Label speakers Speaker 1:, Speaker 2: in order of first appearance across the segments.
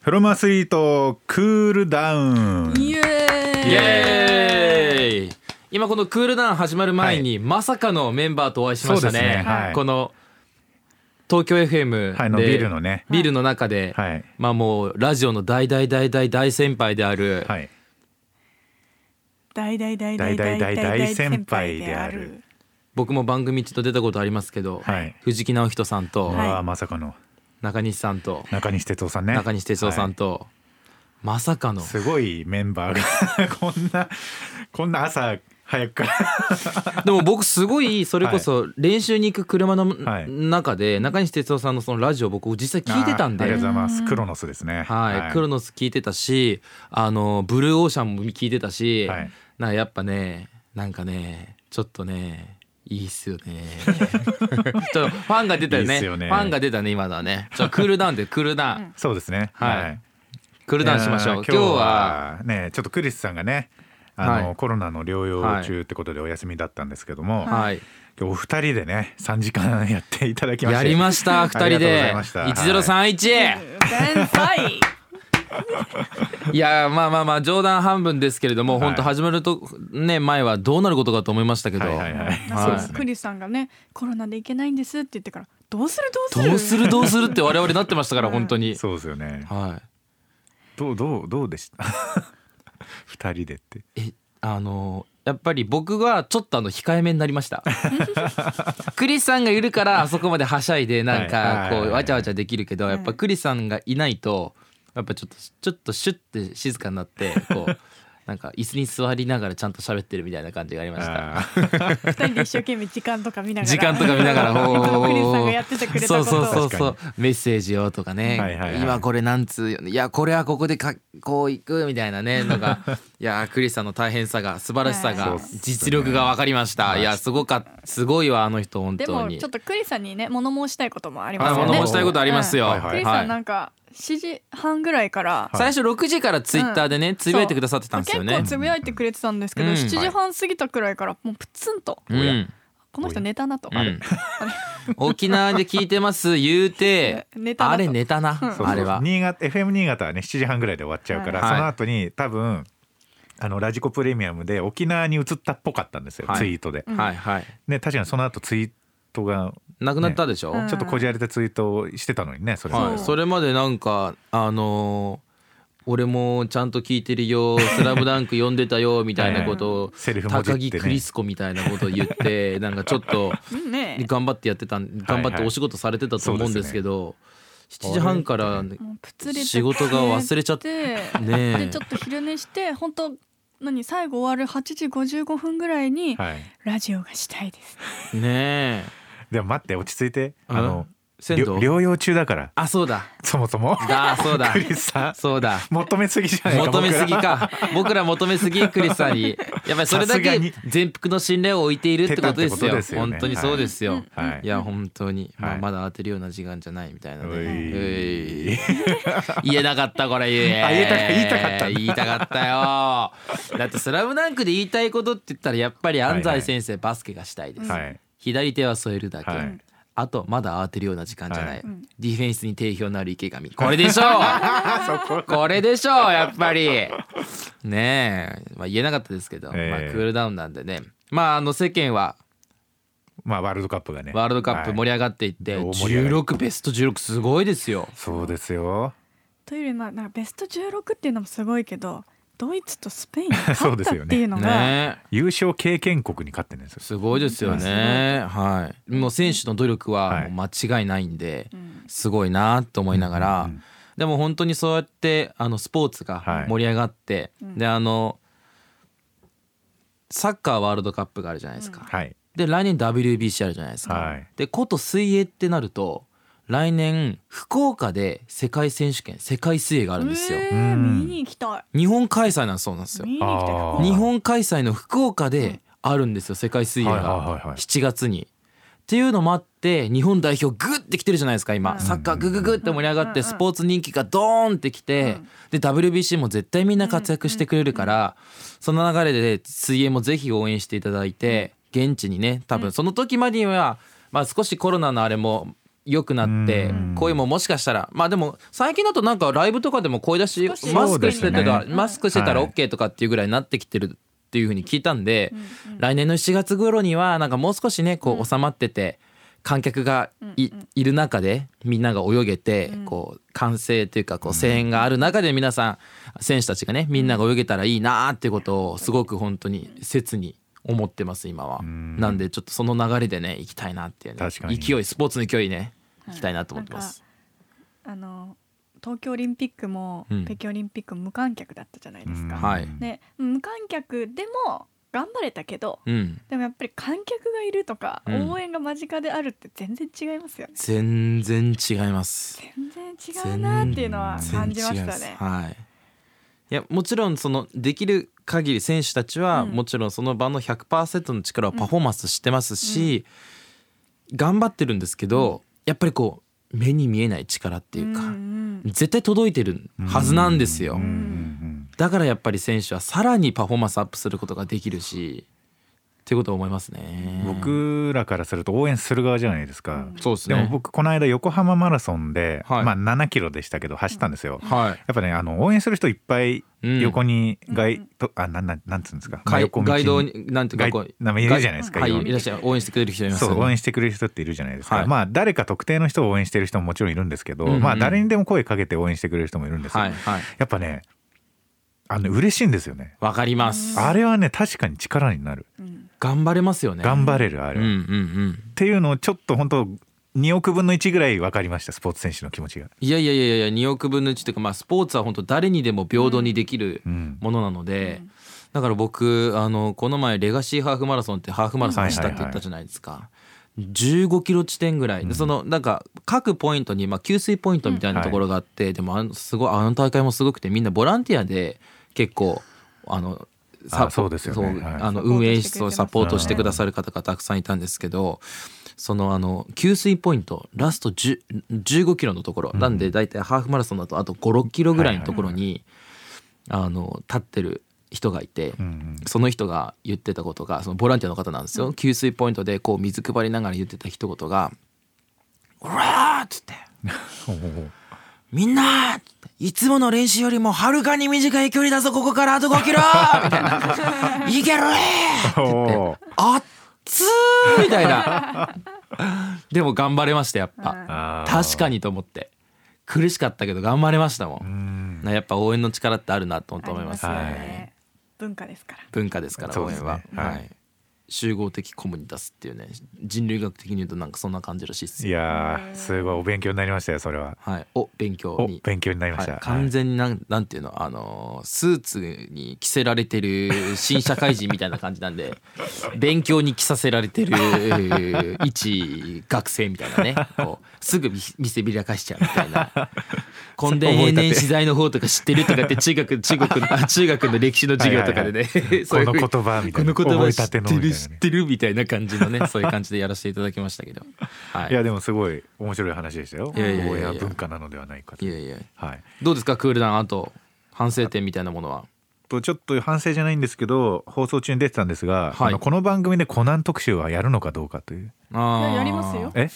Speaker 1: フェロマスイートクールダウン
Speaker 2: イエーイ
Speaker 3: イエーイ今このクールダウン始まる前に、まさかのメンバーとお会いしました
Speaker 1: そ
Speaker 3: ね
Speaker 1: うですねはい
Speaker 3: この東京 FM で、
Speaker 1: はいのビルのね
Speaker 3: ビルの中で、
Speaker 1: はい
Speaker 3: まあもうラジオの大大大大大先輩である、
Speaker 1: はい
Speaker 2: 大大大
Speaker 1: 大大大大先輩である
Speaker 3: 僕も番組一度出たことありますけど、
Speaker 1: はい
Speaker 3: 藤木直人さんと、
Speaker 2: はい
Speaker 1: わあまさかの
Speaker 3: 中西さんと、
Speaker 1: 中西哲夫さんね
Speaker 3: 中西哲夫さん
Speaker 1: は
Speaker 3: と、まさかの
Speaker 1: いすごいメンバー がこんなこんな朝早くから
Speaker 3: でも僕すごいそれこそ練習に行く車の
Speaker 1: はい
Speaker 3: 中で中西哲夫さんのそのラジオ僕実 際聞いてたんで
Speaker 1: あーありがとうございますクロノスですね
Speaker 3: はい、クロノス聞いてたしあのブルーオーシャンも聞いてたし、
Speaker 1: はい
Speaker 3: なんかやっぱねなんかねちょっとねいいっすよ ねちょっとファンが出たよね
Speaker 1: いいっすよね
Speaker 3: ファンが出たね今のはねちょっとクールダ ウンでクールダウン、
Speaker 1: そうですね
Speaker 3: はいクールダウンしましょう
Speaker 1: いや
Speaker 3: 今
Speaker 1: ー
Speaker 3: 日は
Speaker 1: ねちょっとクリスさんがねあの、
Speaker 3: はい
Speaker 1: コロナの療養中ってことでお休みだったんですけども、
Speaker 3: はい、
Speaker 1: 今日お二人でね3時間 やっていただきまして
Speaker 3: やりました二
Speaker 1: あり
Speaker 3: 人
Speaker 1: がとうござ
Speaker 3: で
Speaker 1: いました
Speaker 3: 1031、
Speaker 2: 天才
Speaker 3: いやーまあまあまあ冗談半分ですけれども、
Speaker 1: はい
Speaker 3: 本当始まるとね前はどうなることかと思いましたけど、
Speaker 1: はいはいはい
Speaker 2: なんか
Speaker 3: はい
Speaker 2: クリスさんがねコロナで行けないんですって言ってからどうするどうする
Speaker 3: どうするどうするって我々なってましたから
Speaker 2: うん
Speaker 3: 本当に、
Speaker 1: そうですよね
Speaker 3: は
Speaker 1: どうどうどうでした 二人でって
Speaker 3: いえあのーやっぱり僕はちょっとあの控えめになりました クリスさんがいるからあそこまではしゃいでなん
Speaker 1: は
Speaker 3: か
Speaker 1: い
Speaker 3: こ
Speaker 1: はいう
Speaker 3: わちゃわちゃできるけどやっぱクリスさんがいないとやっぱちょっとちょっとシュッて静かになってこうなんか椅子に座りながらちゃんと喋ってるみたいな感じがありました
Speaker 1: あ
Speaker 2: 二人で一生懸命時間とか見ながら
Speaker 3: 時間とか見なが ら
Speaker 2: いつもクリスさん
Speaker 3: お
Speaker 2: がやっててくれた
Speaker 3: そ
Speaker 2: こ
Speaker 3: う
Speaker 2: と
Speaker 3: そうそう
Speaker 2: を
Speaker 3: そうメッセージをとかね、
Speaker 1: はいはいはい
Speaker 3: 今これなんつういやこれはここでかこういくみたいな ねなんかいやクリスさんの大変さが素晴らしさ
Speaker 1: は
Speaker 3: が
Speaker 1: いそうっすね
Speaker 3: 実力が分かりました、い、やすごかすごいわあの人本
Speaker 2: で
Speaker 3: 当
Speaker 2: も
Speaker 3: に
Speaker 2: ちょっとクリスさんにね物申したいこともありま
Speaker 3: あ
Speaker 2: すよね
Speaker 3: 物申したいことありますよ、
Speaker 1: はいはい
Speaker 2: クリスさんなんか7時半ぐらいから
Speaker 3: 最初6時からツイッターでね、つぶやいてくださってたんですよね
Speaker 2: 結構つぶやいてくれてたんですけど、
Speaker 3: うん
Speaker 2: 7時半過ぎたくらいからもうプツンと、
Speaker 3: う
Speaker 1: や
Speaker 3: ん、
Speaker 2: この人ネタなと、
Speaker 3: うん
Speaker 2: あれ
Speaker 3: 沖縄で聞いてます言うて
Speaker 2: ネタだと
Speaker 3: あれネタな、
Speaker 2: うん
Speaker 1: そうそう
Speaker 3: あれは
Speaker 1: 新潟 FM 新潟はね7時半ぐらいで終わっちゃうから、
Speaker 3: はい
Speaker 1: その後に多分あのラジコプレミアムで沖縄に移ったっぽかったんですよ、
Speaker 3: はい
Speaker 1: ツイートで、
Speaker 2: うん
Speaker 3: はいはい
Speaker 1: ね確かにその後ツイートが
Speaker 3: なくなったでしょ、
Speaker 2: ねうん
Speaker 1: ちょっとこじられたツイートをしてたのにねそれま
Speaker 3: は
Speaker 1: で
Speaker 3: い、
Speaker 2: そう
Speaker 3: それまでなんかあのー俺もちゃんと聞いてるよ「スラムダンク読んでたよ」みたいなことを
Speaker 1: セリフもじっ
Speaker 3: 高
Speaker 1: てね
Speaker 3: 木クリスコみたいなことを言ってなんかちょっ と
Speaker 2: うんねえ
Speaker 3: 頑張ってやってたん頑張ってお仕事されてたと思うんですけど7時半からね
Speaker 2: もうプツリと
Speaker 3: 仕事が忘れちゃって
Speaker 2: 寝て
Speaker 3: ねえ
Speaker 2: でちょっと昼寝して本当何最後終わる8時55分ぐらいに、
Speaker 1: はい、
Speaker 2: ラジオがしたいです
Speaker 3: ねえ
Speaker 1: でも待って落ち着いて
Speaker 3: うん
Speaker 1: あの
Speaker 3: 仙
Speaker 1: 療
Speaker 3: 道
Speaker 1: 療養中だから
Speaker 3: あそうだ
Speaker 1: そもそ も
Speaker 3: だそうだ
Speaker 1: クリスさん
Speaker 3: そうだ
Speaker 1: 求めすぎじゃないか
Speaker 3: 求めす
Speaker 1: 僕
Speaker 3: ぎ
Speaker 1: ら
Speaker 3: か僕ら求めすぎクリスさんにやっぱりそれ
Speaker 1: さ
Speaker 3: だ
Speaker 1: すが
Speaker 3: け
Speaker 1: に
Speaker 3: 全幅の信頼を置いているってことで
Speaker 1: 出たって
Speaker 3: す
Speaker 1: こと
Speaker 3: よ
Speaker 1: ですよね
Speaker 3: 本当にそうですよ、
Speaker 1: はい
Speaker 3: いや本当に、ま
Speaker 1: は
Speaker 3: あ、
Speaker 1: い
Speaker 3: まだ当てるような時間じゃないみたいなね、
Speaker 1: おい
Speaker 3: おい 言えなかったこれ言 え
Speaker 1: あ言えたか言いたかったんだ
Speaker 3: 言いたかったよ だって「スラムダンクで言いたいことって言ったらやっぱり安西先生バスケがしたいです、
Speaker 1: はい
Speaker 3: 左手は添えるだけ、
Speaker 1: はい
Speaker 3: あとまだ慌てるような時間じゃない、
Speaker 1: はい
Speaker 3: ディフェンスに定評のある池上これで しょう
Speaker 1: そこ
Speaker 3: これでしょうやっぱりねえ、まあ、言えなかったですけど、
Speaker 1: ええ
Speaker 3: まあ、クールダウンなんでねまああの世間は
Speaker 1: まあワールドカップがね
Speaker 3: ワールドカップ盛り上がっていって、
Speaker 1: はい大盛り上が
Speaker 3: 16ベスト16すごいですよ
Speaker 1: そうですよ
Speaker 2: というよりまあなんかベスト16っていうのもすごいけどドイツとスペインに勝
Speaker 1: そう
Speaker 2: っ
Speaker 1: で
Speaker 2: た
Speaker 1: すよね
Speaker 2: って いうのが
Speaker 3: ねえ
Speaker 1: 優勝経験国に勝ってるんですよ
Speaker 3: すごいですよねはいもう選手の努力はもう間違いないんで、すごいなと思いながら、
Speaker 1: うんうん
Speaker 3: でも本当にそうやってあのスポーツ
Speaker 1: は
Speaker 3: が
Speaker 1: い
Speaker 3: 盛り上がって、であのサッカーワールドカップがあるじゃないですか、
Speaker 1: はい
Speaker 3: で来年 WBC あるじゃないですか、
Speaker 1: はい
Speaker 3: でこと水泳ってなると来年福岡で世界選手権世界水泳があるんですよ、
Speaker 2: え
Speaker 1: う
Speaker 2: ー、
Speaker 1: ん
Speaker 2: 見に行きた
Speaker 3: 日本開催なんそうなんです
Speaker 2: い
Speaker 3: よ
Speaker 2: 見に行きたい
Speaker 1: あー
Speaker 3: 日本開催の福岡であるんですよ世界水泳が、
Speaker 1: はいはいはいはい
Speaker 3: 7月に。っていうのもあって日本代表グッてきてるじゃないですか今、サッカーグググって盛り上がって、スポーツ人気がドーンってきて、で WBC も絶対みんな活躍してくれるから、その流れで水泳もぜひ応援していただいて現地にね多分その時までには、まあ、少しコロナのあれも良くなって
Speaker 1: うん
Speaker 3: 声ももしかしたらまあでも最近だとなんかライブとかでも声出し
Speaker 4: 少し
Speaker 3: マスクしてた
Speaker 1: そう
Speaker 3: ら、
Speaker 1: です
Speaker 4: ね
Speaker 3: マスクしてたら
Speaker 1: はい
Speaker 3: OK とかっていうぐらいになってきてるっていうふうに聞いたんで、
Speaker 4: うんうん
Speaker 3: 来年の7月頃にはなんかもう少しねこ
Speaker 4: う
Speaker 3: うん収まってて観客がい,、
Speaker 4: うんうん
Speaker 3: いる中でみんなが泳げて、
Speaker 4: うん
Speaker 3: こう歓声というかこう声援がある中で皆さん選手たちがねみんなが泳げたらいいなーっていうことをすごく本当に切に思ってます今は。
Speaker 1: うん
Speaker 3: なんでちょっとその流れでね行きたいなっていう、ね、
Speaker 1: 確かに
Speaker 3: 勢いスポーツの勢いね
Speaker 4: はい
Speaker 3: 行きたいなと思ってます。
Speaker 4: あの東京オリンピックも
Speaker 3: うん
Speaker 4: 北京オリンピックも無観客だったじゃないですか。
Speaker 3: はい
Speaker 4: ね、無観客でも頑張れたけど
Speaker 3: うん
Speaker 4: でもやっぱり観客がいるとか、
Speaker 3: うん
Speaker 4: 応援が間近であるって全然違いますよね
Speaker 3: 全然違います。
Speaker 4: 全然違うなっていうのは感じまし
Speaker 3: 全
Speaker 4: た
Speaker 3: 然違
Speaker 4: ね
Speaker 3: いますはい。いやもちろんそのできる限り選手たちは
Speaker 4: うん
Speaker 3: もちろんその場の100%の力をパフォーマンスしてますし、頑張ってるんですけど、やっぱりこう目に見えない力っていうか、
Speaker 4: んん
Speaker 3: 絶対届いてるはずなんですよ。
Speaker 1: うんうんうん
Speaker 3: だからやっぱり選手はさらにパフォーマンスアップすることができるしっていうことを思いますね。
Speaker 1: 僕らからすると応援する側じゃないですか、
Speaker 4: うん
Speaker 3: そうです
Speaker 1: で
Speaker 3: ね。
Speaker 1: も僕この間横浜マラソンで、
Speaker 3: はい
Speaker 1: まあ7キロでしたけど走ったんですよ、や
Speaker 3: は
Speaker 1: っぱねあの応援する人いっぱい
Speaker 3: い。
Speaker 1: 横
Speaker 3: に
Speaker 1: に街、
Speaker 4: うん
Speaker 1: とあなんなんなんつうんですか、まあ
Speaker 3: ガイ
Speaker 1: 横道
Speaker 3: ガイドになんていうかこう
Speaker 1: ガイなんかいるじゃないですか
Speaker 3: はい
Speaker 1: ろいろ
Speaker 3: いらっしゃい応援してくれる人います
Speaker 1: そ
Speaker 3: よね。
Speaker 1: う応援してくれる人っているじゃないですか、
Speaker 3: はい
Speaker 1: まあ誰か特定の人を応援してる人ももちろんいるんですけど、
Speaker 3: うんうん
Speaker 1: まあ誰にでも声かけて応援してくれる人もいるんですよ、
Speaker 3: はいはい。
Speaker 1: やっぱねあの嬉しいんですよね
Speaker 3: わかります。
Speaker 1: あれはね確かに力になる
Speaker 4: うん
Speaker 3: 頑張れますよね。
Speaker 1: 頑張れるあ
Speaker 3: う
Speaker 1: れ、
Speaker 3: んう
Speaker 1: っ
Speaker 3: んうん。
Speaker 1: ていうのをちょっと本当2億分の1ぐらい分かりましたスポーツ選手の気持ちが、
Speaker 3: いやいやいやいや二億分の一というかまあスポーツは本当誰にでも平等にできる
Speaker 1: うん、
Speaker 3: ものなので、だから僕あのこの前レガシーハーフマラソンってハーフマラソン走ったって言ったじゃないですか。15キロ地点ぐらい、でそのなんか各ポイントに、まあ、給水ポイントみたいなところがあって、でもあのすごいあの大会もすごくてみんなボランティアで結構あの
Speaker 1: あそうですよね
Speaker 3: そう
Speaker 1: はい
Speaker 3: あ
Speaker 4: サポ
Speaker 3: の
Speaker 4: ート
Speaker 3: 運営
Speaker 4: してくれて
Speaker 3: 室を
Speaker 4: ます
Speaker 3: サポートしてくださる方がたくさんいたんですけど、そのあの給水ポイントラスト10 15キロのところ、なんで大体ハーフマラソンだとあと56キロぐらいのところに、あの立ってる人がいて。
Speaker 1: うんうん
Speaker 3: その人が言ってたことがそのボランティアの方なんですよ、給水ポイントでこう水配りながら言ってた一言が「おら!」っつって
Speaker 1: ほうほうほう
Speaker 3: 「みんな!」いつもの練習よりもはるかに短い距離だぞここからあと5キロ!」 みたいな「いけるー!」
Speaker 1: おー
Speaker 3: あっつーみたいな でも頑張れましたやっ
Speaker 1: あ
Speaker 3: ぱ
Speaker 1: ー
Speaker 3: 確かにと思って苦しかったけど頑張れましたも、
Speaker 1: うんん
Speaker 3: やっぱ応援の力ってあるなと思い
Speaker 4: あり
Speaker 3: ま
Speaker 4: ますす
Speaker 3: ね
Speaker 4: よ
Speaker 1: は
Speaker 4: ね文化ですから
Speaker 3: 文化ですから
Speaker 1: そう
Speaker 3: 応
Speaker 1: です
Speaker 3: 援
Speaker 1: ね
Speaker 3: は、
Speaker 1: は
Speaker 3: はいい、集合的コムニタスっていうね人類学的に言うとなんかそんな感じらしいです
Speaker 1: い
Speaker 3: よ
Speaker 1: やーすごいお勉強になりましたよそれは
Speaker 3: はい、お勉強
Speaker 1: お
Speaker 3: に
Speaker 1: 勉強になりました、
Speaker 3: はい、完全になんなんていうの、あのースーツに着せられてる新社会人みたいな感じなん で勉強に着させられてる一学生みたいなねこうすぐ見見せびらかしちゃうみた いな。根田永年資材の方とか知ってるとかって中学中学のあ中学の歴史の授業とかでね そういうふうに
Speaker 1: この言葉みたいな
Speaker 3: この言葉
Speaker 1: 覚え
Speaker 3: 知
Speaker 1: た
Speaker 3: って
Speaker 1: の
Speaker 3: て
Speaker 1: みたいな
Speaker 3: る
Speaker 1: ね、
Speaker 3: 知ってるみたいな感じのねそういう感じでやらせていただきましたけど、はいい、
Speaker 1: やでもすごい面白い話でしたよ
Speaker 3: いやいやいやいや
Speaker 1: 応援は文化なのではないかと
Speaker 3: いやいや
Speaker 1: はい
Speaker 3: どうですかクールダウンあと反省点みたいなものは
Speaker 1: とちょっと反省じゃないんですけど放送中に出てたんですが、
Speaker 3: はい
Speaker 1: あのこの番組でコナン特集はやるのかどうかという
Speaker 3: あ
Speaker 4: い
Speaker 3: ー
Speaker 4: ややりますよ
Speaker 1: え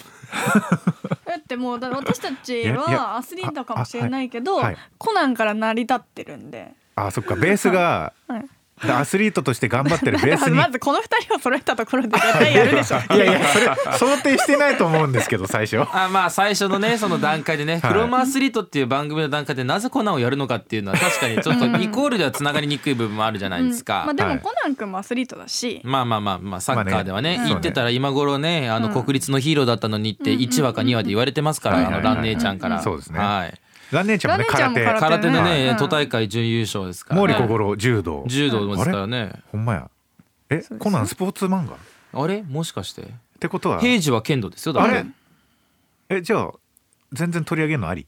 Speaker 4: だってもうだ私たち
Speaker 1: いやいや
Speaker 4: はアスリートかもしれないけ
Speaker 1: あ
Speaker 4: ど、
Speaker 1: あはいはい
Speaker 4: コナンから成り立ってるんで、
Speaker 1: あそっかベースが
Speaker 4: はい、
Speaker 1: アスリートとして頑張ってるベー
Speaker 4: だ
Speaker 1: ス
Speaker 4: から
Speaker 1: に
Speaker 4: まずこの二人を揃えたところで絶対やる でしょ
Speaker 1: いやいやそれ想定してないと思うんですけど最初
Speaker 3: あまあ最初のねその段階でね「
Speaker 1: はい
Speaker 3: クロマアスリート」っていう番組の段階でなぜコナンをやるのかっていうのは確かにちょっとイコールではつながりにくい部分もあるじゃないです
Speaker 4: う
Speaker 3: か。
Speaker 4: んまあ、で
Speaker 1: はい
Speaker 4: もコナン君もアスリートだし、
Speaker 3: まあまあまあまあサッカーではね
Speaker 1: まあね
Speaker 3: 言ってたら今頃ねあ
Speaker 4: う
Speaker 3: の
Speaker 4: ん
Speaker 3: 国立のヒーローだったのにって1話か2話で言われてますか
Speaker 1: はい
Speaker 3: らあ
Speaker 1: はいは
Speaker 3: の
Speaker 1: いはい
Speaker 3: 蘭姉ちゃんから
Speaker 1: そうですね
Speaker 3: はい
Speaker 1: ランネンちゃんもね
Speaker 4: ラ
Speaker 1: 空
Speaker 4: ンネ
Speaker 1: 手
Speaker 4: ンちゃんも
Speaker 3: 空手でね
Speaker 4: うん
Speaker 3: 都大会準優勝ですから
Speaker 1: 毛利
Speaker 3: ね
Speaker 1: 小五郎柔道
Speaker 3: 柔道ですからね
Speaker 1: ほんまやえ
Speaker 4: そうですね
Speaker 1: コナンスポーツ漫画っ
Speaker 3: あれもしかして
Speaker 1: てことは
Speaker 3: 平時は剣道ですよだ
Speaker 1: あ
Speaker 3: って
Speaker 1: れえじゃあ全然取り上げるのあ り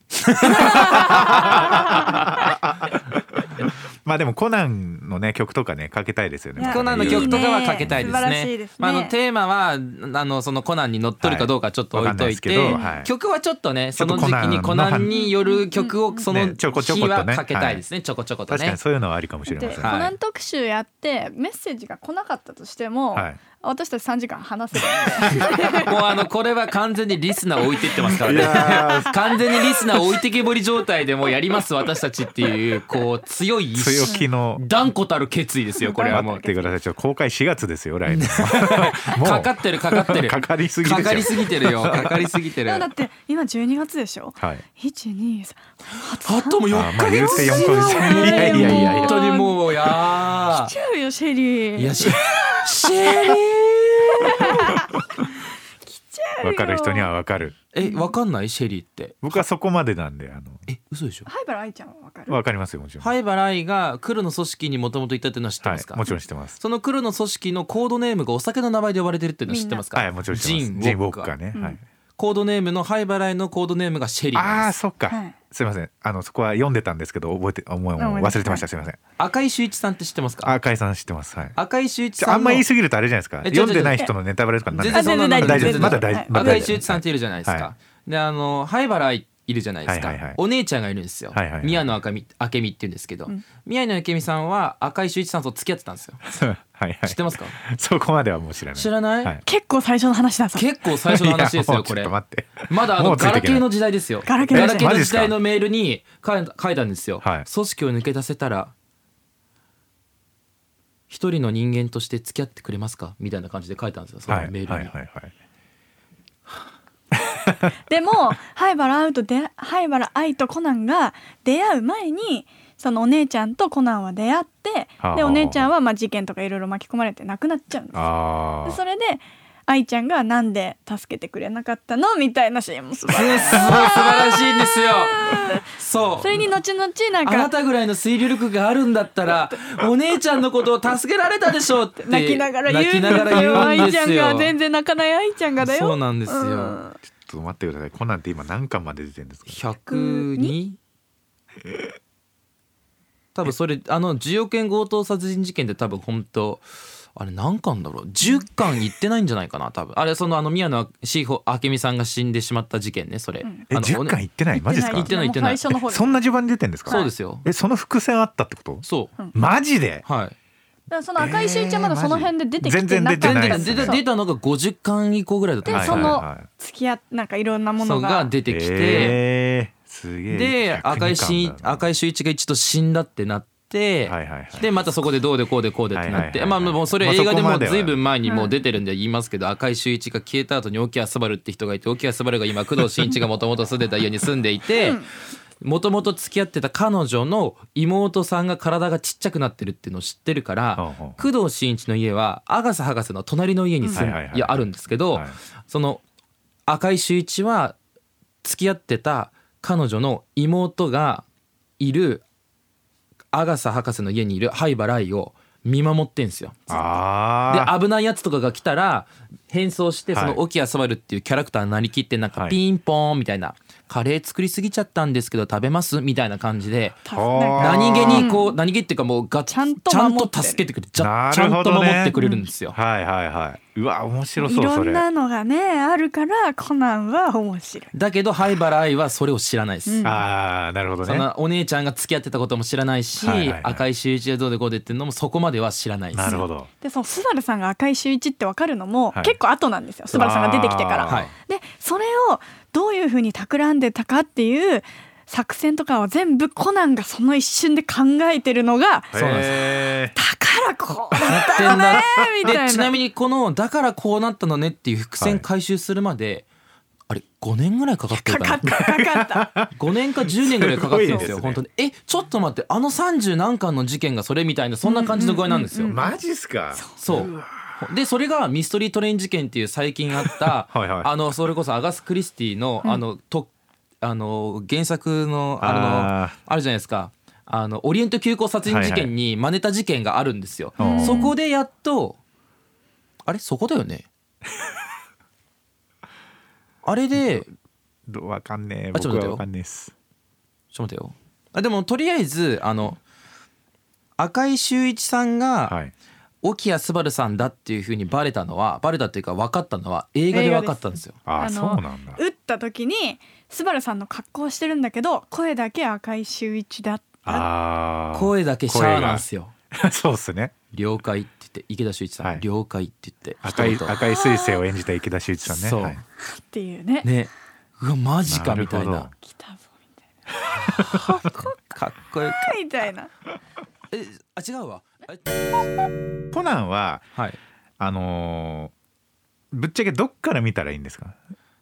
Speaker 1: まあでもコナンのね曲とかねかけたいですよ
Speaker 4: い
Speaker 1: ね
Speaker 4: や
Speaker 3: コナンの曲とかはかけたいです
Speaker 4: いいね素晴
Speaker 3: ね。
Speaker 4: らしいですね
Speaker 3: まああのテーマはあのそのコナンにのっとるかどうかちょっと置いといて、
Speaker 1: はいわかんないですけどはい
Speaker 3: 曲はちょっとね
Speaker 1: ちょ
Speaker 3: そ
Speaker 1: っと
Speaker 3: の時期に
Speaker 1: コ
Speaker 3: コ
Speaker 1: ナンの
Speaker 3: ナンによる曲をその
Speaker 1: ねちょこちょこ
Speaker 3: 日
Speaker 1: とね
Speaker 3: はかけたいですね。ちょこちょこと
Speaker 1: 確か
Speaker 3: ね
Speaker 1: に。そういうのはありかもしれ
Speaker 4: で
Speaker 1: ません
Speaker 4: コ
Speaker 1: は
Speaker 4: ナン特集やってメッセージが来なかったとしても、
Speaker 1: い
Speaker 4: 私たち3時間話せる
Speaker 3: もうあのこれは完全にリスナー置いてってますから
Speaker 1: いや
Speaker 3: ね完全にリスナー置いてけぼり状態でもうやります私たちっていうこう強い意
Speaker 1: 強
Speaker 3: 志
Speaker 1: 気の
Speaker 3: 断固たる決意ですよこれは
Speaker 1: 待
Speaker 3: も
Speaker 1: っ
Speaker 3: う
Speaker 1: てくださいちょっと公開4月ですよ来年もう
Speaker 3: かかってるかかってる
Speaker 1: かかりすぎです
Speaker 3: か
Speaker 1: よ
Speaker 3: かりすぎてるよかかりすぎ
Speaker 4: で
Speaker 3: てる
Speaker 4: もだって今12月でしょ
Speaker 1: はい
Speaker 4: 123
Speaker 3: あともう
Speaker 1: あ
Speaker 3: 4
Speaker 1: まあ
Speaker 3: ヶ
Speaker 1: 言う
Speaker 3: 月
Speaker 1: て4ヶ月
Speaker 4: 強い
Speaker 1: いやいやいやい
Speaker 3: 本
Speaker 1: や
Speaker 3: 当にもうや
Speaker 4: 来ちゃうよシェリ
Speaker 3: ー
Speaker 4: ー
Speaker 3: いやしシェリー
Speaker 1: 分かる人には分かる
Speaker 3: えわかんないシェリーって
Speaker 1: 僕はそこまでなんであの
Speaker 3: え嘘でしょ
Speaker 4: 灰原愛ちゃんはわかる
Speaker 1: 分かりますよもちろん
Speaker 3: 灰原愛が黒の組織にもともといたっていうのは知って
Speaker 1: は
Speaker 3: ますか、
Speaker 1: いもちろん知ってます
Speaker 3: その黒の組織のコードネームがお酒の名前で呼ばれてるっていうの知ってますか
Speaker 1: はいもちろん知ってます
Speaker 3: ジン
Speaker 1: ジン
Speaker 3: ウ
Speaker 1: ウ
Speaker 3: ォ
Speaker 1: ォ
Speaker 3: ッカ
Speaker 1: ッカね
Speaker 4: うん
Speaker 1: はい
Speaker 3: コードネームの灰原愛のコードネームがシェリーなん
Speaker 1: あ
Speaker 3: で
Speaker 1: あ
Speaker 3: す
Speaker 1: そっ
Speaker 4: は
Speaker 1: か
Speaker 4: い
Speaker 1: すいませんあのそこは読んでたんですけど覚えて思い
Speaker 4: あ思い出
Speaker 1: 忘れてましたすいません
Speaker 3: 赤井秀一さんって知ってますか
Speaker 1: 赤井さん知ってますはい
Speaker 3: 赤井秀一
Speaker 1: ち
Speaker 3: さ
Speaker 1: ょ
Speaker 3: んの
Speaker 1: あんま言いすぎるとあれじゃないですか
Speaker 3: えちょ
Speaker 1: 読んでない人のネタバレとかになる
Speaker 3: 全然そんな
Speaker 4: あ全然
Speaker 1: 大丈夫ですまだ
Speaker 4: 全
Speaker 1: 大
Speaker 4: 然
Speaker 1: 丈夫まだ
Speaker 3: 赤
Speaker 1: 大
Speaker 3: 井
Speaker 1: 丈
Speaker 3: 秀
Speaker 1: 夫
Speaker 3: 一さんっているじゃないですか、
Speaker 1: は
Speaker 3: であの灰原愛いるじゃないですか、
Speaker 1: はいはいはい
Speaker 3: お姉ちゃんがいるんですよ、
Speaker 1: はいはいはい
Speaker 3: 宮野あかみ明美って言うんですけど、
Speaker 4: ん
Speaker 3: 宮野明美さんは赤井秀一さんと付き合ってたんですよ、
Speaker 1: はいは
Speaker 3: 知ってますか
Speaker 1: いそこまではもう知らない
Speaker 3: 知らない、
Speaker 1: はい
Speaker 4: 結構最初の話だぞ
Speaker 3: 結構最初の話で す
Speaker 1: いやも
Speaker 3: よ
Speaker 1: う
Speaker 3: こ
Speaker 1: ちょ
Speaker 3: れ
Speaker 1: っと待って
Speaker 3: まだあの
Speaker 1: もうついて
Speaker 3: ガラ
Speaker 1: いけ
Speaker 3: ケ
Speaker 1: な
Speaker 3: ー
Speaker 1: い
Speaker 3: の時代ですよ
Speaker 4: ガラケー
Speaker 3: ガ
Speaker 4: の時代
Speaker 3: ラケー
Speaker 1: マ
Speaker 3: の
Speaker 1: ジっ
Speaker 3: 時
Speaker 1: すか
Speaker 3: 代のメールに書い書いたんですよ、
Speaker 1: はい
Speaker 3: 組織を抜け出せたら一人の人間として付き合ってくれますかみたいな感じで書いたんですよその
Speaker 1: はい
Speaker 3: メールに、
Speaker 1: はいはいはい
Speaker 4: でも灰原愛と出会灰原愛とコナンが出会う前にそのお姉ちゃんとコナンは出会って
Speaker 1: はあ
Speaker 4: でお姉ちゃんはまあ事件とかいろいろ巻き込まれて亡くなっちゃうんですよ
Speaker 1: あ
Speaker 4: で
Speaker 1: あ
Speaker 4: それで愛ちゃんがなんで助けてくれなかったのみたいなシーンもすごい
Speaker 3: すごい素晴らしいんですよそう
Speaker 4: それに後々なん
Speaker 3: あな
Speaker 4: か
Speaker 3: たぐらいの推理力があるんだった らお姉ちゃんのことを助けられたでしょうって
Speaker 4: 泣きながら言
Speaker 3: 泣
Speaker 4: う
Speaker 3: き
Speaker 4: ん
Speaker 3: なが
Speaker 4: で
Speaker 3: ら
Speaker 4: すよ
Speaker 3: 言うん
Speaker 4: 愛
Speaker 3: で
Speaker 4: ちゃ
Speaker 3: す
Speaker 4: ん
Speaker 3: よ
Speaker 4: が全然泣かない愛ちゃんがだよ
Speaker 3: そうなんですよ、
Speaker 4: うん
Speaker 1: ちょっと待ってくださいコナンって今何巻まで出てるんですか
Speaker 3: 102多分それあの10億円強盗殺人事件で多分本当あれ何巻だろう10巻いってないんじゃないかな多分あれそのあの宮野志保明美さんが死んでしまった事件ねそれ、
Speaker 4: ん
Speaker 1: え
Speaker 3: あの
Speaker 1: 10巻いってないマジです
Speaker 3: 行
Speaker 1: か
Speaker 3: ってない行ってない
Speaker 4: もう最初の方
Speaker 1: えそんな順番に出てんですか
Speaker 3: そうですよ
Speaker 1: えその伏線あったってこと
Speaker 3: そう
Speaker 1: マジで
Speaker 3: はい
Speaker 4: だからその赤い周ちゃんまだその辺で出てきてなかった
Speaker 1: 全
Speaker 3: 全
Speaker 1: 然です
Speaker 3: 然出
Speaker 1: ね
Speaker 3: た出たのが50巻以降ぐらいだった
Speaker 4: で、
Speaker 3: ん
Speaker 1: はい
Speaker 3: よ
Speaker 4: そ
Speaker 1: は
Speaker 4: の
Speaker 1: いはい
Speaker 4: 付き合っなんかいろんなも
Speaker 3: そう
Speaker 4: の
Speaker 3: が
Speaker 4: が
Speaker 3: 出てきて、
Speaker 1: えーすげえ
Speaker 3: で赤井し赤
Speaker 1: い
Speaker 3: 井秀一が一度死んだってなって、
Speaker 1: はいはいはい
Speaker 3: でまたそこでどうでこうでこうでってなって、
Speaker 1: はいはいはいはい
Speaker 3: まあもうそれ
Speaker 1: まあ
Speaker 3: 映画で
Speaker 1: そこ
Speaker 3: も
Speaker 1: までは
Speaker 3: ずいぶん前にもう出てるんで言いますけど、赤井秀一が消えた後に沖谷昴って人がいて沖谷昴が今工藤新一がもともと住んでた家に住んでいて。もともと付き合ってた彼女の妹さんが体がちっちゃくなってるっていうのを知ってるから、
Speaker 1: ほうほう
Speaker 3: 工藤新一の家は阿笠博士の隣の家に住ん、
Speaker 1: うんはいはいはい
Speaker 3: いやあるんですけど、
Speaker 1: はい
Speaker 3: その赤井秀一は付き合ってた彼女の妹がいる阿笠博士の家にいる灰原愛を見守ってんすよ。で
Speaker 1: あ
Speaker 3: 危ないやつとかが来たら変装してそ
Speaker 1: はい
Speaker 3: の沖谷昴っていうキャラクターになりきってなんか
Speaker 1: はい
Speaker 3: ピンポーンみたいな「カレー作りすぎちゃったんですけど食べます?」みたいな感じで
Speaker 4: たなんか
Speaker 1: あー
Speaker 3: 何気にこう何気っていうかもうが
Speaker 4: ちゃんと
Speaker 3: ちゃん
Speaker 4: 守ってる
Speaker 3: と助けてくれるち
Speaker 1: な
Speaker 3: ゃちゃ
Speaker 1: る
Speaker 3: ん
Speaker 1: ほ
Speaker 3: と
Speaker 1: どね
Speaker 3: 守ってくれるんです
Speaker 1: あ
Speaker 3: よ。
Speaker 1: はいはいはいうわ面白
Speaker 4: い
Speaker 1: そう
Speaker 4: ろ
Speaker 1: そ
Speaker 4: ん
Speaker 1: れ
Speaker 4: なのがねあるからコナンは面白い。
Speaker 3: だけど灰原愛はそれを知らないです。
Speaker 1: ああなるほど
Speaker 3: そ
Speaker 1: ね
Speaker 3: のお姉ちゃんが付き合ってたことも知らないし、
Speaker 1: はいはいはい
Speaker 3: 赤い周一がどうでこうでっていうのもそこまでは知らないです。
Speaker 1: なるほど
Speaker 4: でそのスバルさんが赤い周一ってわかるのも
Speaker 1: はい
Speaker 4: 結構後なんですよ、スバルさんが出てきてから。
Speaker 1: あー
Speaker 3: はい
Speaker 4: でそれをどういうふうに企んでたかっていう作戦とかは全部コナンがその一瞬で考えてるのが
Speaker 3: そうなんです
Speaker 1: へ
Speaker 4: だからこう
Speaker 3: やってんな
Speaker 4: みたいな
Speaker 3: でちなみにこの「だからこうなったのね」っていう伏線回収するまで、あれ5年ぐらいかかってる
Speaker 4: か
Speaker 3: か
Speaker 4: か
Speaker 3: な
Speaker 4: ったかかった。
Speaker 3: 5年か10年ぐらいかかってるんですよ
Speaker 1: すごい
Speaker 3: 本
Speaker 1: です
Speaker 3: 当にえちょっと待ってあの30何巻の事件がそれみたいなそんな感じの具合なんですよ、
Speaker 1: ーマジっすか
Speaker 3: そうでそれがミステリートレイン事件っていう最近あっ た
Speaker 1: はいはい
Speaker 3: あのそれこそアガス・クリスティのあの,、とあの原作のあの
Speaker 1: あ
Speaker 3: あるじゃないですかあのオリエント急行殺人事件に真似た事件があるんですよ、
Speaker 1: うん
Speaker 3: そこでやっとあれそこだ よねあれで
Speaker 1: どわかんねえ
Speaker 3: あちょっ
Speaker 1: 僕
Speaker 3: と待ってよ
Speaker 1: はわかんねえっす
Speaker 3: ちょっと待ってよあでもとりあえずあの赤井秀一さんが、
Speaker 1: はい
Speaker 3: 沖谷昴さんだっていうふうにバレたのはバレたっていうか分かったのは映画で分かったんですよ。
Speaker 1: ああ
Speaker 4: あ
Speaker 1: そ
Speaker 4: の
Speaker 1: うなんだ
Speaker 4: 打った時にスバルさんの格好をしてるんだけど声だけ赤い周一だった
Speaker 1: ああ
Speaker 3: 声だけシャアなんですよ。
Speaker 1: そうっすね
Speaker 3: 了解って言って池田秀一さん、
Speaker 1: はい
Speaker 3: 了解って言って
Speaker 1: 赤い
Speaker 3: 一言
Speaker 1: 赤い彗星を演じた池田秀一さんね。
Speaker 3: そう
Speaker 1: はい
Speaker 4: っていうね
Speaker 3: ねうわマジかみたいな
Speaker 1: なるほ
Speaker 4: 来たぞみたい
Speaker 3: かっこよか
Speaker 4: なみたいな
Speaker 3: えあ違うわえ
Speaker 1: どコナンは
Speaker 3: はい
Speaker 1: あのーぶっちゃけどっから見たらいいんですか。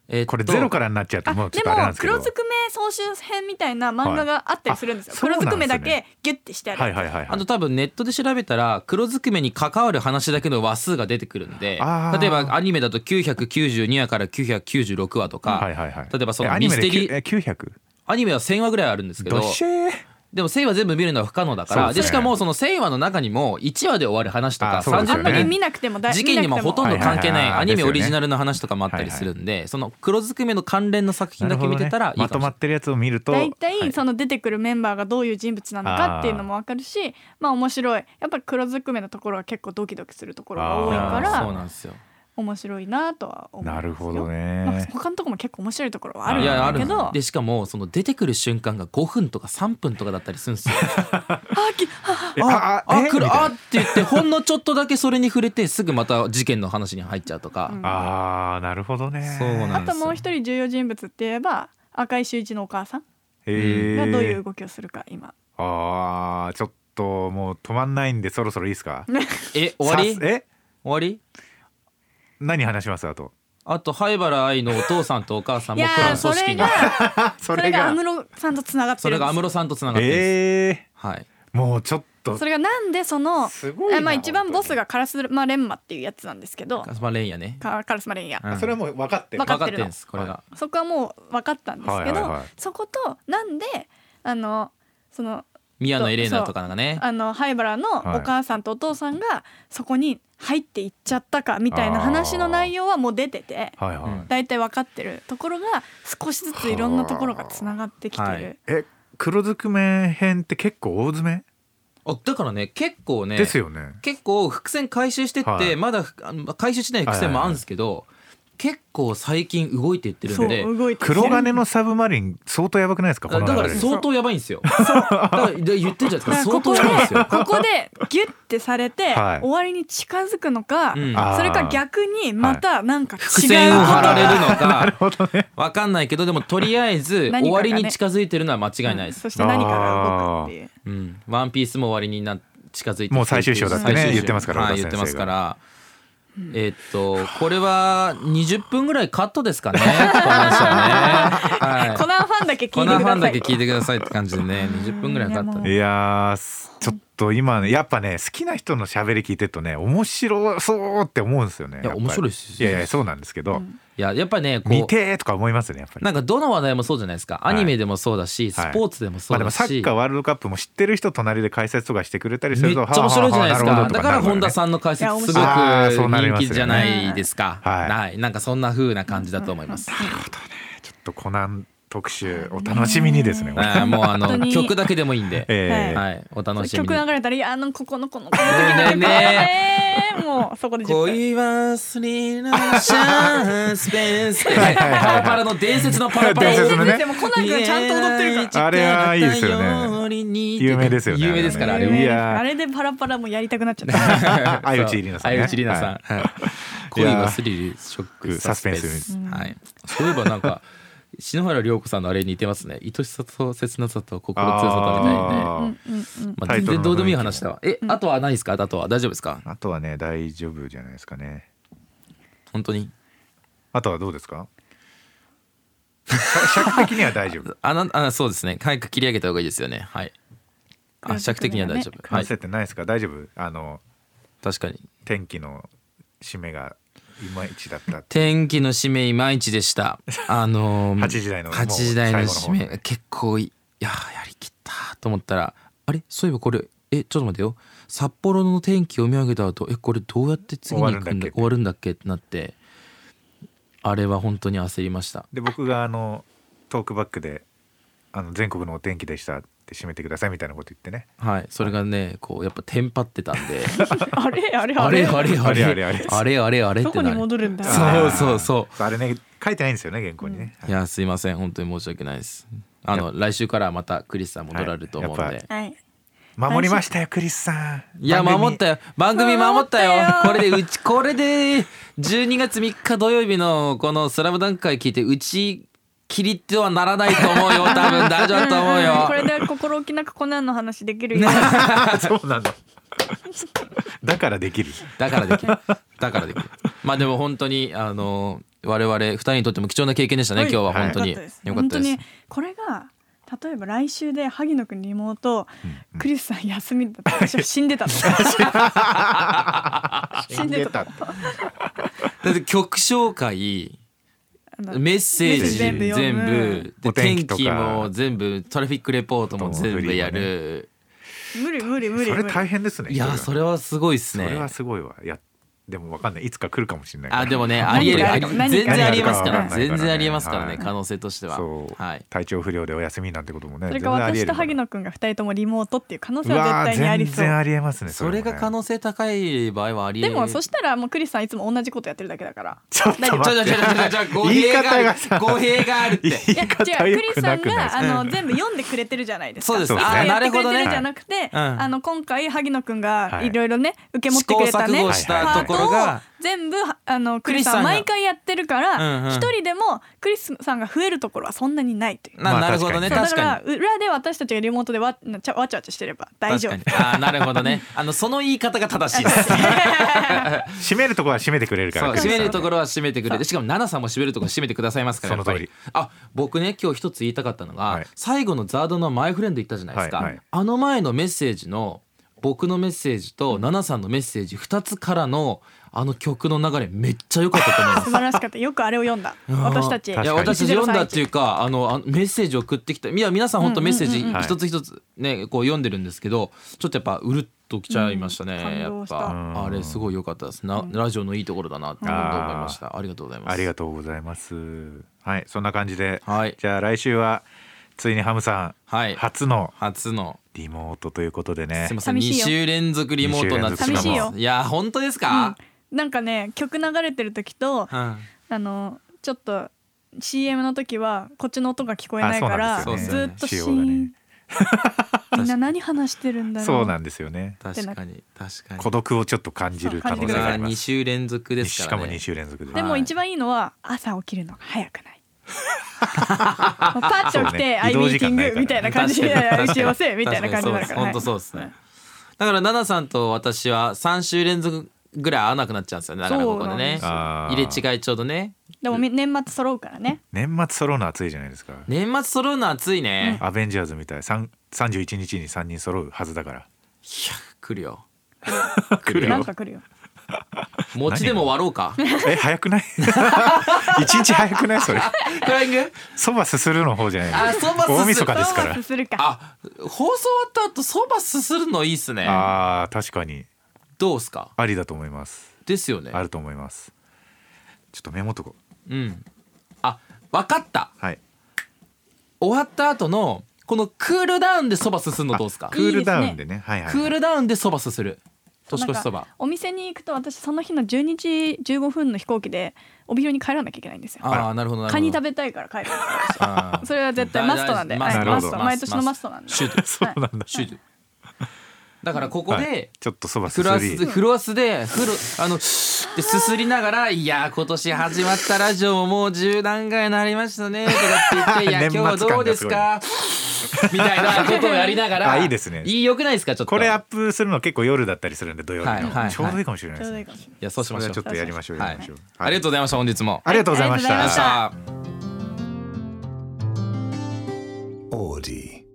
Speaker 3: えーっと
Speaker 1: これゼロからになっちゃうと
Speaker 4: あで
Speaker 1: もう
Speaker 4: も
Speaker 1: ちょっとあれなんですけど。
Speaker 4: 黒ずくめ総集編みたいな漫画があったりするんですよ、
Speaker 1: はいあ
Speaker 4: 黒ずく
Speaker 1: そ
Speaker 4: め
Speaker 1: うな
Speaker 4: だ
Speaker 1: んですね
Speaker 4: けギュッてしてある、
Speaker 1: はいはいはいは
Speaker 3: あ
Speaker 1: い
Speaker 3: と。多分ネットで調べたら黒ずくめに関わる話だけの話数が出てくるんで
Speaker 1: あー
Speaker 3: 例えばアニメだと992話から996話とか、
Speaker 1: はいはいはい。
Speaker 3: 例えばその
Speaker 1: アニメ
Speaker 3: ミステリー
Speaker 1: で九百。
Speaker 3: アニメは1,000話ぐらいあるんですけど
Speaker 1: どっしゃー
Speaker 3: でも1,000話全部見るのは不可能だから
Speaker 1: そう
Speaker 3: で,、
Speaker 1: ですね
Speaker 3: しかもその1,000話の中にも1話で終わる話とか
Speaker 1: あそうですよ
Speaker 3: 30
Speaker 1: ね
Speaker 4: あん
Speaker 3: 分
Speaker 4: まり
Speaker 3: に
Speaker 4: 見なくても大
Speaker 3: 事件にもほとんど関係
Speaker 1: はい
Speaker 3: な
Speaker 1: はい
Speaker 3: い
Speaker 1: はい
Speaker 3: アニメオリジナルの話とかもあったりするんで、その黒ずくめの関連の作品だけ見てたらいい
Speaker 1: ま
Speaker 3: か
Speaker 1: と
Speaker 3: もし
Speaker 1: ま
Speaker 3: れ
Speaker 1: ってるやつを見ると。
Speaker 4: 大体、
Speaker 1: はい
Speaker 4: その出てくるメンバーがどういう人物なのかっていうのもわかるしまあ面白いやっぱ黒ずくめのところは結構ドキドキするところが多い
Speaker 3: な
Speaker 4: か
Speaker 1: あ
Speaker 3: い。
Speaker 1: ー
Speaker 3: そう
Speaker 4: ら
Speaker 3: なんですよ。
Speaker 4: 面白いなとは思うんですよ
Speaker 1: なるほど
Speaker 4: まあ
Speaker 1: ね。
Speaker 4: 他のとこも結構面白いところはあるん
Speaker 3: いや
Speaker 4: だ
Speaker 3: ある
Speaker 4: けど
Speaker 3: でしかもその出てくる瞬間が5分とか3分とかだったりするんですよ。
Speaker 4: あき
Speaker 1: え
Speaker 3: ああ
Speaker 1: え
Speaker 3: 来る
Speaker 1: みたいな
Speaker 3: あって言ってほんのちょっとだけそれに触れてすぐまた事件の話に入っちゃうとか、
Speaker 4: うん
Speaker 1: ああなるほどね。
Speaker 3: そうな
Speaker 4: あ
Speaker 3: んです
Speaker 4: と
Speaker 3: よ
Speaker 4: もう一人重要人物って言えば赤井秀一のお母さん
Speaker 1: へ
Speaker 4: が
Speaker 1: ー
Speaker 4: どういう動きをするか今、
Speaker 1: ああちょっともう止まんないんでそろそろいいですか。
Speaker 3: え終わり
Speaker 1: さ
Speaker 3: 終
Speaker 1: え
Speaker 3: わり
Speaker 1: 何話しますあ と。
Speaker 3: あと灰原愛のお父さんとお母さん
Speaker 4: い
Speaker 3: も
Speaker 4: や
Speaker 3: クラ
Speaker 4: ー
Speaker 3: ン
Speaker 4: そ
Speaker 3: 組
Speaker 4: れ
Speaker 3: 織に
Speaker 4: が
Speaker 1: そ
Speaker 4: それが安室さんとつながって
Speaker 3: そ
Speaker 4: る
Speaker 3: れ
Speaker 4: んです
Speaker 3: が安室さんとつながってるんです、
Speaker 1: ええ
Speaker 3: はい
Speaker 1: もうちょっと
Speaker 4: それがなんでその
Speaker 1: すごいな
Speaker 4: えまあ、一番
Speaker 1: 本当
Speaker 4: ボ
Speaker 1: に
Speaker 4: スがカラスマレンマっていうやつなんですけど
Speaker 3: カスマレンやね、
Speaker 4: カカラスマレンや、
Speaker 3: うん
Speaker 1: それはもう分かってる
Speaker 4: 分かっ
Speaker 3: 分かってて
Speaker 4: る
Speaker 3: る
Speaker 4: の
Speaker 3: んですこれが、
Speaker 4: そこはもう分かったんです
Speaker 1: はい
Speaker 4: けど、
Speaker 1: はいはい
Speaker 4: そことなんであのその
Speaker 3: 宮野エレーナとかなんかね
Speaker 4: あの灰原のお
Speaker 1: はい
Speaker 4: 母さんとお父さんがそこに入っていっちゃったかみたいな
Speaker 1: あー
Speaker 4: 話の内容はもう出てて
Speaker 1: はいはい、
Speaker 3: うん
Speaker 4: 大体分かってるところが少しずついろんなところがつながってきてる、
Speaker 3: はい
Speaker 1: え黒ずくめ編って結構大詰め、
Speaker 3: あだからね結構ね
Speaker 1: ですよね
Speaker 3: 結構伏線回収してって、
Speaker 1: はい
Speaker 3: まだあの回収しない伏線もあるんですけど、結構最近動いていってる
Speaker 4: そ
Speaker 3: ん
Speaker 4: う
Speaker 3: で
Speaker 4: 動いてる
Speaker 1: 黒金のサブマリン相当やばくないですかこ
Speaker 3: だ
Speaker 1: の
Speaker 3: か
Speaker 1: 流
Speaker 3: ら
Speaker 1: れ
Speaker 3: 相当やばいんですよ。だからで言ってんじゃないで
Speaker 4: だから
Speaker 3: すか。
Speaker 4: こ
Speaker 3: 相
Speaker 4: こ
Speaker 3: 当
Speaker 4: で
Speaker 3: やばいんですよ。
Speaker 4: ここでギュッてされて、
Speaker 1: はい
Speaker 4: 終わりに近づくのか、
Speaker 3: うん
Speaker 1: あー
Speaker 4: それか逆にまたなんか違う
Speaker 3: 伏線を張られるのか
Speaker 1: ほどね
Speaker 3: わかんないけどでもとりあえず
Speaker 4: 何かがね
Speaker 3: 終わりに近づいてるのは間違いないです
Speaker 4: そ。して何かが動くっていう
Speaker 3: うん、ワンピースも終わりにな近づいてきて
Speaker 1: もう最終章だってね
Speaker 3: 最終章
Speaker 1: 言ってますから
Speaker 3: はい、
Speaker 1: 小
Speaker 3: 言っ
Speaker 1: 田先生
Speaker 3: て
Speaker 1: が
Speaker 3: ますから。えーっとこれは20分ぐらいカットですか ね。この話はね。はい
Speaker 4: コ。ナンファンだけ聞いて
Speaker 3: こ
Speaker 4: く
Speaker 3: の
Speaker 4: だ
Speaker 3: ファン
Speaker 4: さ
Speaker 3: だ
Speaker 4: い
Speaker 3: け聞いてくださいって感じでね、20分ぐらいかかった
Speaker 1: いやーすちょっと今ねやっぱね好きな人の喋り聞いてるとね面白そうって思うんですよね
Speaker 3: いや
Speaker 1: っぱり
Speaker 3: 面白いです
Speaker 1: いやいやそうなんですけど、
Speaker 3: いや、やっぱりね、こ
Speaker 1: 見
Speaker 3: う、
Speaker 1: てーとか思いますねやっぱり
Speaker 3: なんかどの話題もそうじゃないですか。アニメでもそうだし、
Speaker 1: はい
Speaker 3: スポーツでも
Speaker 1: ま
Speaker 3: そ
Speaker 1: あで
Speaker 3: うだ
Speaker 1: もサ
Speaker 3: し
Speaker 1: ッカー。ワールドカップも知ってる人隣で解説とかしてくれたりす
Speaker 3: めっ
Speaker 1: る
Speaker 3: ち
Speaker 1: と
Speaker 3: ゃ面白いじゃないです
Speaker 1: はあはあはあ
Speaker 3: か。だから
Speaker 1: るほ
Speaker 3: 本
Speaker 1: どと
Speaker 3: 田さんの解
Speaker 4: いや面
Speaker 3: 説すご
Speaker 4: 白い
Speaker 3: く
Speaker 1: あーそうなります
Speaker 3: 人気
Speaker 1: よね
Speaker 3: じゃないですか。
Speaker 1: はい
Speaker 3: はい。なんかそんな風な感じだと思います。
Speaker 1: ちょっとコナン特集お楽しみにですね。これ
Speaker 3: あーもうあ
Speaker 4: 本当
Speaker 3: の
Speaker 4: に
Speaker 3: 曲だけでもいいんで、
Speaker 1: えー
Speaker 3: はい、お楽しみ
Speaker 4: 曲
Speaker 3: に。
Speaker 4: 流れたら「いやあのここのこのこの
Speaker 3: ねえね
Speaker 4: えーもうそこで10分
Speaker 3: 恋はスリルの シャンスペース。パラパラの伝説のパラパラ
Speaker 1: 伝説のね
Speaker 4: でもコナン君ちゃんと踊ってるから。
Speaker 1: あれはいいですよ
Speaker 3: ね
Speaker 1: 有名ですよね
Speaker 3: 有名ですから、あ
Speaker 1: あ
Speaker 3: れ
Speaker 1: れ
Speaker 3: は。
Speaker 1: いや
Speaker 4: あれでパラパラもやりたくなっちゃった。
Speaker 1: 相内里奈さんね。
Speaker 3: 相内里奈さん
Speaker 1: はい。
Speaker 3: はい
Speaker 1: い
Speaker 3: 恋
Speaker 1: やー
Speaker 3: はスリル、ショック、
Speaker 1: サスペンス
Speaker 3: はい。そういえばなんか、篠原涼子さんのあれに似てますね。愛しさと切なさと心強さとみたいなね。
Speaker 1: あー
Speaker 3: まあ、
Speaker 1: タイ
Speaker 3: 全
Speaker 1: トルの
Speaker 3: 然どうでもいい話だわ。え、あとはないですかあとは大丈夫ですか
Speaker 1: あとはね大丈夫じゃないですかね。
Speaker 3: 本当に。
Speaker 1: あとはどうですか？尺尺的には大丈夫。
Speaker 3: あなあ、そうですね。早く切り上げた方がいいですよね。はい。あ、尺的には大丈夫。は
Speaker 1: 完
Speaker 3: い
Speaker 1: 成。ってないですか？大丈夫？あの
Speaker 3: 確かに。
Speaker 1: 天気の締めがいまいちだったって。
Speaker 3: 天気の締めいまいちで した。あのー、
Speaker 1: 8時台の
Speaker 3: 8時台の
Speaker 1: もう最後
Speaker 3: 締
Speaker 1: の方
Speaker 3: め結構いいいやーやりきったと思ったらあれそういえばこれえちょっと待ってよ札幌の天気を見上げた後えこれどうやって次に行くんだ終
Speaker 1: 終
Speaker 3: わ
Speaker 1: わ
Speaker 3: るんだっけってなってあれは本当に焦りました
Speaker 1: で僕があのトークバックであの全国のお天気でしたって締めてくださいみたいなこと言ってね。
Speaker 3: はいそれがねこうやっぱテンパってたん で
Speaker 4: あれあれ
Speaker 3: あ
Speaker 4: あ
Speaker 3: れ
Speaker 4: れ。
Speaker 3: あれあ
Speaker 1: あ
Speaker 3: れ
Speaker 1: れ
Speaker 3: あ
Speaker 1: あ
Speaker 3: れ
Speaker 1: れ
Speaker 3: あ
Speaker 1: あ
Speaker 3: れ
Speaker 1: れ
Speaker 3: あれあれ
Speaker 4: どこに戻るんだ。
Speaker 3: そうそうそう
Speaker 1: あれね書いてないんですよね原稿にね。
Speaker 3: いやすいません本当に申し訳ないですあの来週からはまたクリスさん戻られると思うんで、
Speaker 1: はいやっ
Speaker 4: はい。
Speaker 1: 守りましたよクリスさん
Speaker 3: いや
Speaker 1: 番組
Speaker 3: 守ったよ番組守ったよ
Speaker 4: 守ったよ
Speaker 3: これでうちこれで12月3日土曜日のこの「スラムダンク会聞いてうち切りとはならないと思うよ多分大丈夫だと思う
Speaker 4: これ
Speaker 3: よ
Speaker 4: で心置きなくコナンの話できるよ。
Speaker 1: そうなのだからできる
Speaker 3: だからできるだからできるまあでも本当にあの我々2人にとっても貴重な経験でしたね
Speaker 4: はい
Speaker 3: 今日は本当に
Speaker 4: はい
Speaker 3: よかっ
Speaker 4: 本
Speaker 3: た
Speaker 4: 当
Speaker 3: で
Speaker 4: に
Speaker 3: す
Speaker 4: これが例えば来週で萩野くんリモート、クリスさん休みだったら私は死んで たの死んでたと
Speaker 3: だって曲紹介
Speaker 4: あの
Speaker 3: メッセージ
Speaker 1: メッセー
Speaker 3: 全
Speaker 4: ジ
Speaker 3: 部
Speaker 4: 全部読む
Speaker 3: で
Speaker 1: お天気
Speaker 3: 天
Speaker 1: とか
Speaker 3: 気も全部トラフィックレポートも全部や
Speaker 1: フリ
Speaker 3: る
Speaker 4: 無理無理無
Speaker 1: そ
Speaker 4: 理無
Speaker 1: れ
Speaker 4: 理
Speaker 1: 大変ですね
Speaker 3: いやそれはすごいです
Speaker 1: そ
Speaker 3: ね
Speaker 1: れはすごいわいやでもわかんないいつか来るかもしれないから
Speaker 3: あでもねありえるあり
Speaker 4: 何が
Speaker 3: 全然ありえますか
Speaker 4: 何
Speaker 3: ら
Speaker 4: が
Speaker 3: 全然ありえますから
Speaker 1: は
Speaker 3: ね
Speaker 1: い
Speaker 3: 可能性としては
Speaker 1: そう、
Speaker 3: はい
Speaker 1: 体調不良でお休みなんてこともね
Speaker 4: それか
Speaker 1: 全然ありえ
Speaker 4: 私
Speaker 1: るか
Speaker 4: と
Speaker 1: ら
Speaker 4: 萩野くんが二人ともリモートっていう可能性
Speaker 1: う
Speaker 4: は絶
Speaker 1: わー
Speaker 4: 対にあり
Speaker 1: 全
Speaker 4: そう
Speaker 1: 然ありえますね
Speaker 3: それが可
Speaker 1: 能
Speaker 3: 能性高い場合はありえ
Speaker 4: でもそ
Speaker 3: し
Speaker 4: したらもうクリスさんいつも同じことやってるだけだから
Speaker 1: ちょっと
Speaker 3: ちょ
Speaker 1: 待
Speaker 3: ち
Speaker 1: っ
Speaker 3: ょち
Speaker 1: て
Speaker 3: ょちょちょ語弊
Speaker 1: 言い
Speaker 3: があ
Speaker 1: 方が
Speaker 3: る
Speaker 1: さ
Speaker 3: 語弊があるって
Speaker 1: 言い方
Speaker 4: 違う
Speaker 1: 良
Speaker 4: クリ
Speaker 1: く
Speaker 4: スさ
Speaker 1: なんくない
Speaker 4: があの全部読んでくれてるじゃないですか
Speaker 3: そうです
Speaker 1: ね
Speaker 4: いつも
Speaker 1: あ
Speaker 4: や
Speaker 3: な
Speaker 4: って
Speaker 3: る
Speaker 4: く
Speaker 3: ほ
Speaker 4: れ
Speaker 3: ど
Speaker 4: て
Speaker 3: ね
Speaker 4: るじゃなくて、
Speaker 3: はいうん
Speaker 4: あの今回萩野くんが
Speaker 1: はい
Speaker 4: いろいろね受け持ってくれたね
Speaker 3: 試行錯
Speaker 4: パ
Speaker 3: 誤
Speaker 1: した
Speaker 3: ところが
Speaker 4: ートを全部あのクリスさんは
Speaker 3: クリスさんが
Speaker 4: 毎回やってるから
Speaker 3: うんうん
Speaker 4: 一、人でもクリスさんが増えるところはそんなにないという。
Speaker 1: ま
Speaker 3: な
Speaker 1: あ
Speaker 3: なるほどね
Speaker 4: そうだ
Speaker 3: 確
Speaker 4: か
Speaker 3: からに
Speaker 4: 裏で私たちがリモートでわなちゃわちゃわちゃしてれば大丈夫
Speaker 3: 確かにあーなるほどねあのその言い方が正しいです
Speaker 1: 締めるとこは締めてくれるか
Speaker 3: そう
Speaker 1: らクリス
Speaker 3: 締
Speaker 1: さん
Speaker 3: めるところは締めてくれてしかも奈々さんも締めるところ締めてくださいますから
Speaker 1: その通り
Speaker 3: やっぱあ僕ね今日一つ言いたかったのが、
Speaker 1: はい
Speaker 3: 最後のザードのマイフレンド言ったじゃないですか、
Speaker 1: はいはい
Speaker 3: あの前のメッセージの僕のメッセージと奈々さんのメッセージ2つからのあの曲の流れめっちゃ良かったと思います
Speaker 4: 素晴らしかったよくあれを読んだ
Speaker 3: うん
Speaker 4: 私たち
Speaker 3: い
Speaker 1: 確
Speaker 3: や
Speaker 1: かに
Speaker 3: 私たち読んだっていうかあのあのメッセージ送ってきたいや皆さん本当メッセージ
Speaker 1: うん
Speaker 3: 一つ一つねこう読んでるんですけどちょっとやっぱうるっときちゃいましたね、
Speaker 4: うん
Speaker 3: や
Speaker 4: 感動
Speaker 3: っ
Speaker 4: した
Speaker 3: ぱあれすごい良かったですな、ラジオのいいところだなって本当思いましたありがとうございます
Speaker 1: ありがとうございますはいそんな感じで、
Speaker 3: はい
Speaker 1: じゃあ来週はついにハムさん、
Speaker 3: はい
Speaker 1: 初の
Speaker 3: 初の
Speaker 1: リモートということでね
Speaker 3: すみませ
Speaker 4: 寂
Speaker 3: ん2
Speaker 4: しいよ
Speaker 3: 週連続リモートになってし
Speaker 4: 寂
Speaker 3: ま
Speaker 4: しい
Speaker 3: いま
Speaker 4: よ
Speaker 3: すいや本当ですか、
Speaker 4: なんかね曲流れてる時と
Speaker 3: うん
Speaker 4: あのちょっと CM の時はこっちの音が聞こえないから
Speaker 1: あ
Speaker 3: そうなんです
Speaker 4: ず
Speaker 3: よね
Speaker 4: っとシ
Speaker 1: 仕様
Speaker 4: ー
Speaker 1: がね
Speaker 4: ン、みんな何話してるんだろう
Speaker 1: そうなんですよね
Speaker 3: 確かに確かに
Speaker 1: 孤独をちょっと感じる可能性
Speaker 3: これ
Speaker 1: があ
Speaker 3: が
Speaker 1: りま
Speaker 3: 2
Speaker 1: す
Speaker 3: 週連続です
Speaker 1: し
Speaker 3: か
Speaker 1: からも
Speaker 3: ね
Speaker 1: 2週連続で
Speaker 4: でも一番いいのは朝起きるのが早くない。パッと起き
Speaker 1: そうね
Speaker 4: てアイミーティングみたいな感じで
Speaker 3: 確かに
Speaker 4: 幸せみたいな感じになるから。
Speaker 3: 本当そうですね、だから奈々さんと私は3週連続ぐらい会わなくなっちゃうんですよねだからここでね
Speaker 4: そう
Speaker 1: なん
Speaker 3: 入
Speaker 1: で
Speaker 3: れ
Speaker 1: すよ
Speaker 3: 違いちょうどね
Speaker 4: でもみ年末揃うからね。
Speaker 1: 年末揃うの暑いじゃないですか
Speaker 3: 年末揃うの暑いね、
Speaker 1: アベンジャーズみたいさん31日に3人揃うはずだ から
Speaker 3: 来 るよ
Speaker 1: 来
Speaker 4: なんか来るよ。
Speaker 3: 餅でも割ろうか
Speaker 1: え早くない 一日早くないそれ
Speaker 3: フライング
Speaker 1: そばすするの方じゃない
Speaker 3: あそばすす
Speaker 1: 大晦日ですか
Speaker 4: トーマ
Speaker 1: ら
Speaker 4: スするか。
Speaker 3: あ放送終わった後そばすするのいいっすね
Speaker 1: あー確かに
Speaker 3: どうっすか
Speaker 1: ありだと思います
Speaker 3: ですよね
Speaker 1: あると思いますちょっとメモっとこう
Speaker 3: うんあ分かった
Speaker 1: はい
Speaker 3: 終わった後のこのクールダウンでそばすするのどうっすか
Speaker 1: クールダウンでねはいはい
Speaker 3: クールダウンでそばすする年越しそ
Speaker 4: な
Speaker 3: ば
Speaker 4: んかお店に行くと私その日の12時15分の飛行機で帯広に帰らなきゃいけないんですよ。
Speaker 3: ああなるほどなるほど
Speaker 4: カニ食べたいから帰るんですよ。
Speaker 3: あー
Speaker 4: それは絶対マストなんで、
Speaker 3: 大大
Speaker 4: はい
Speaker 1: なる
Speaker 4: マ
Speaker 1: ほど
Speaker 4: スト毎年のマストなんで。
Speaker 3: シュート
Speaker 1: そうなんだ
Speaker 3: シュートだからここ
Speaker 1: はい
Speaker 3: で
Speaker 1: ちょっとそばす
Speaker 3: フ
Speaker 1: す
Speaker 3: ロア
Speaker 1: り
Speaker 3: スフロアスでフロあのシュッてすすりながら「いやー今年始まったラジオももう十何回になりましたね」とか って言って「いや
Speaker 1: 年
Speaker 3: 今日
Speaker 1: 末感
Speaker 3: は
Speaker 1: がすごい
Speaker 3: どうですか?」みたいなことをやりなが ら
Speaker 1: あいいですね
Speaker 3: いいよくないですかちょっと
Speaker 1: これアップするの結構夜だったりするんで土曜日
Speaker 3: はいはいは
Speaker 1: の
Speaker 3: い
Speaker 1: ちょうどいいかもしれない
Speaker 4: ち
Speaker 1: で
Speaker 4: ょう
Speaker 1: す
Speaker 4: どい
Speaker 1: ね
Speaker 4: いかもしれない。
Speaker 3: いやそうしま
Speaker 1: そ
Speaker 3: し
Speaker 1: れは
Speaker 3: ょう
Speaker 1: ちょっとやりましょうや
Speaker 3: は
Speaker 1: り
Speaker 3: い
Speaker 1: ましょう
Speaker 3: ありがとうございました本日も
Speaker 1: ありがとうございまし
Speaker 4: ありがとうございましたた
Speaker 3: さあ
Speaker 5: Audi.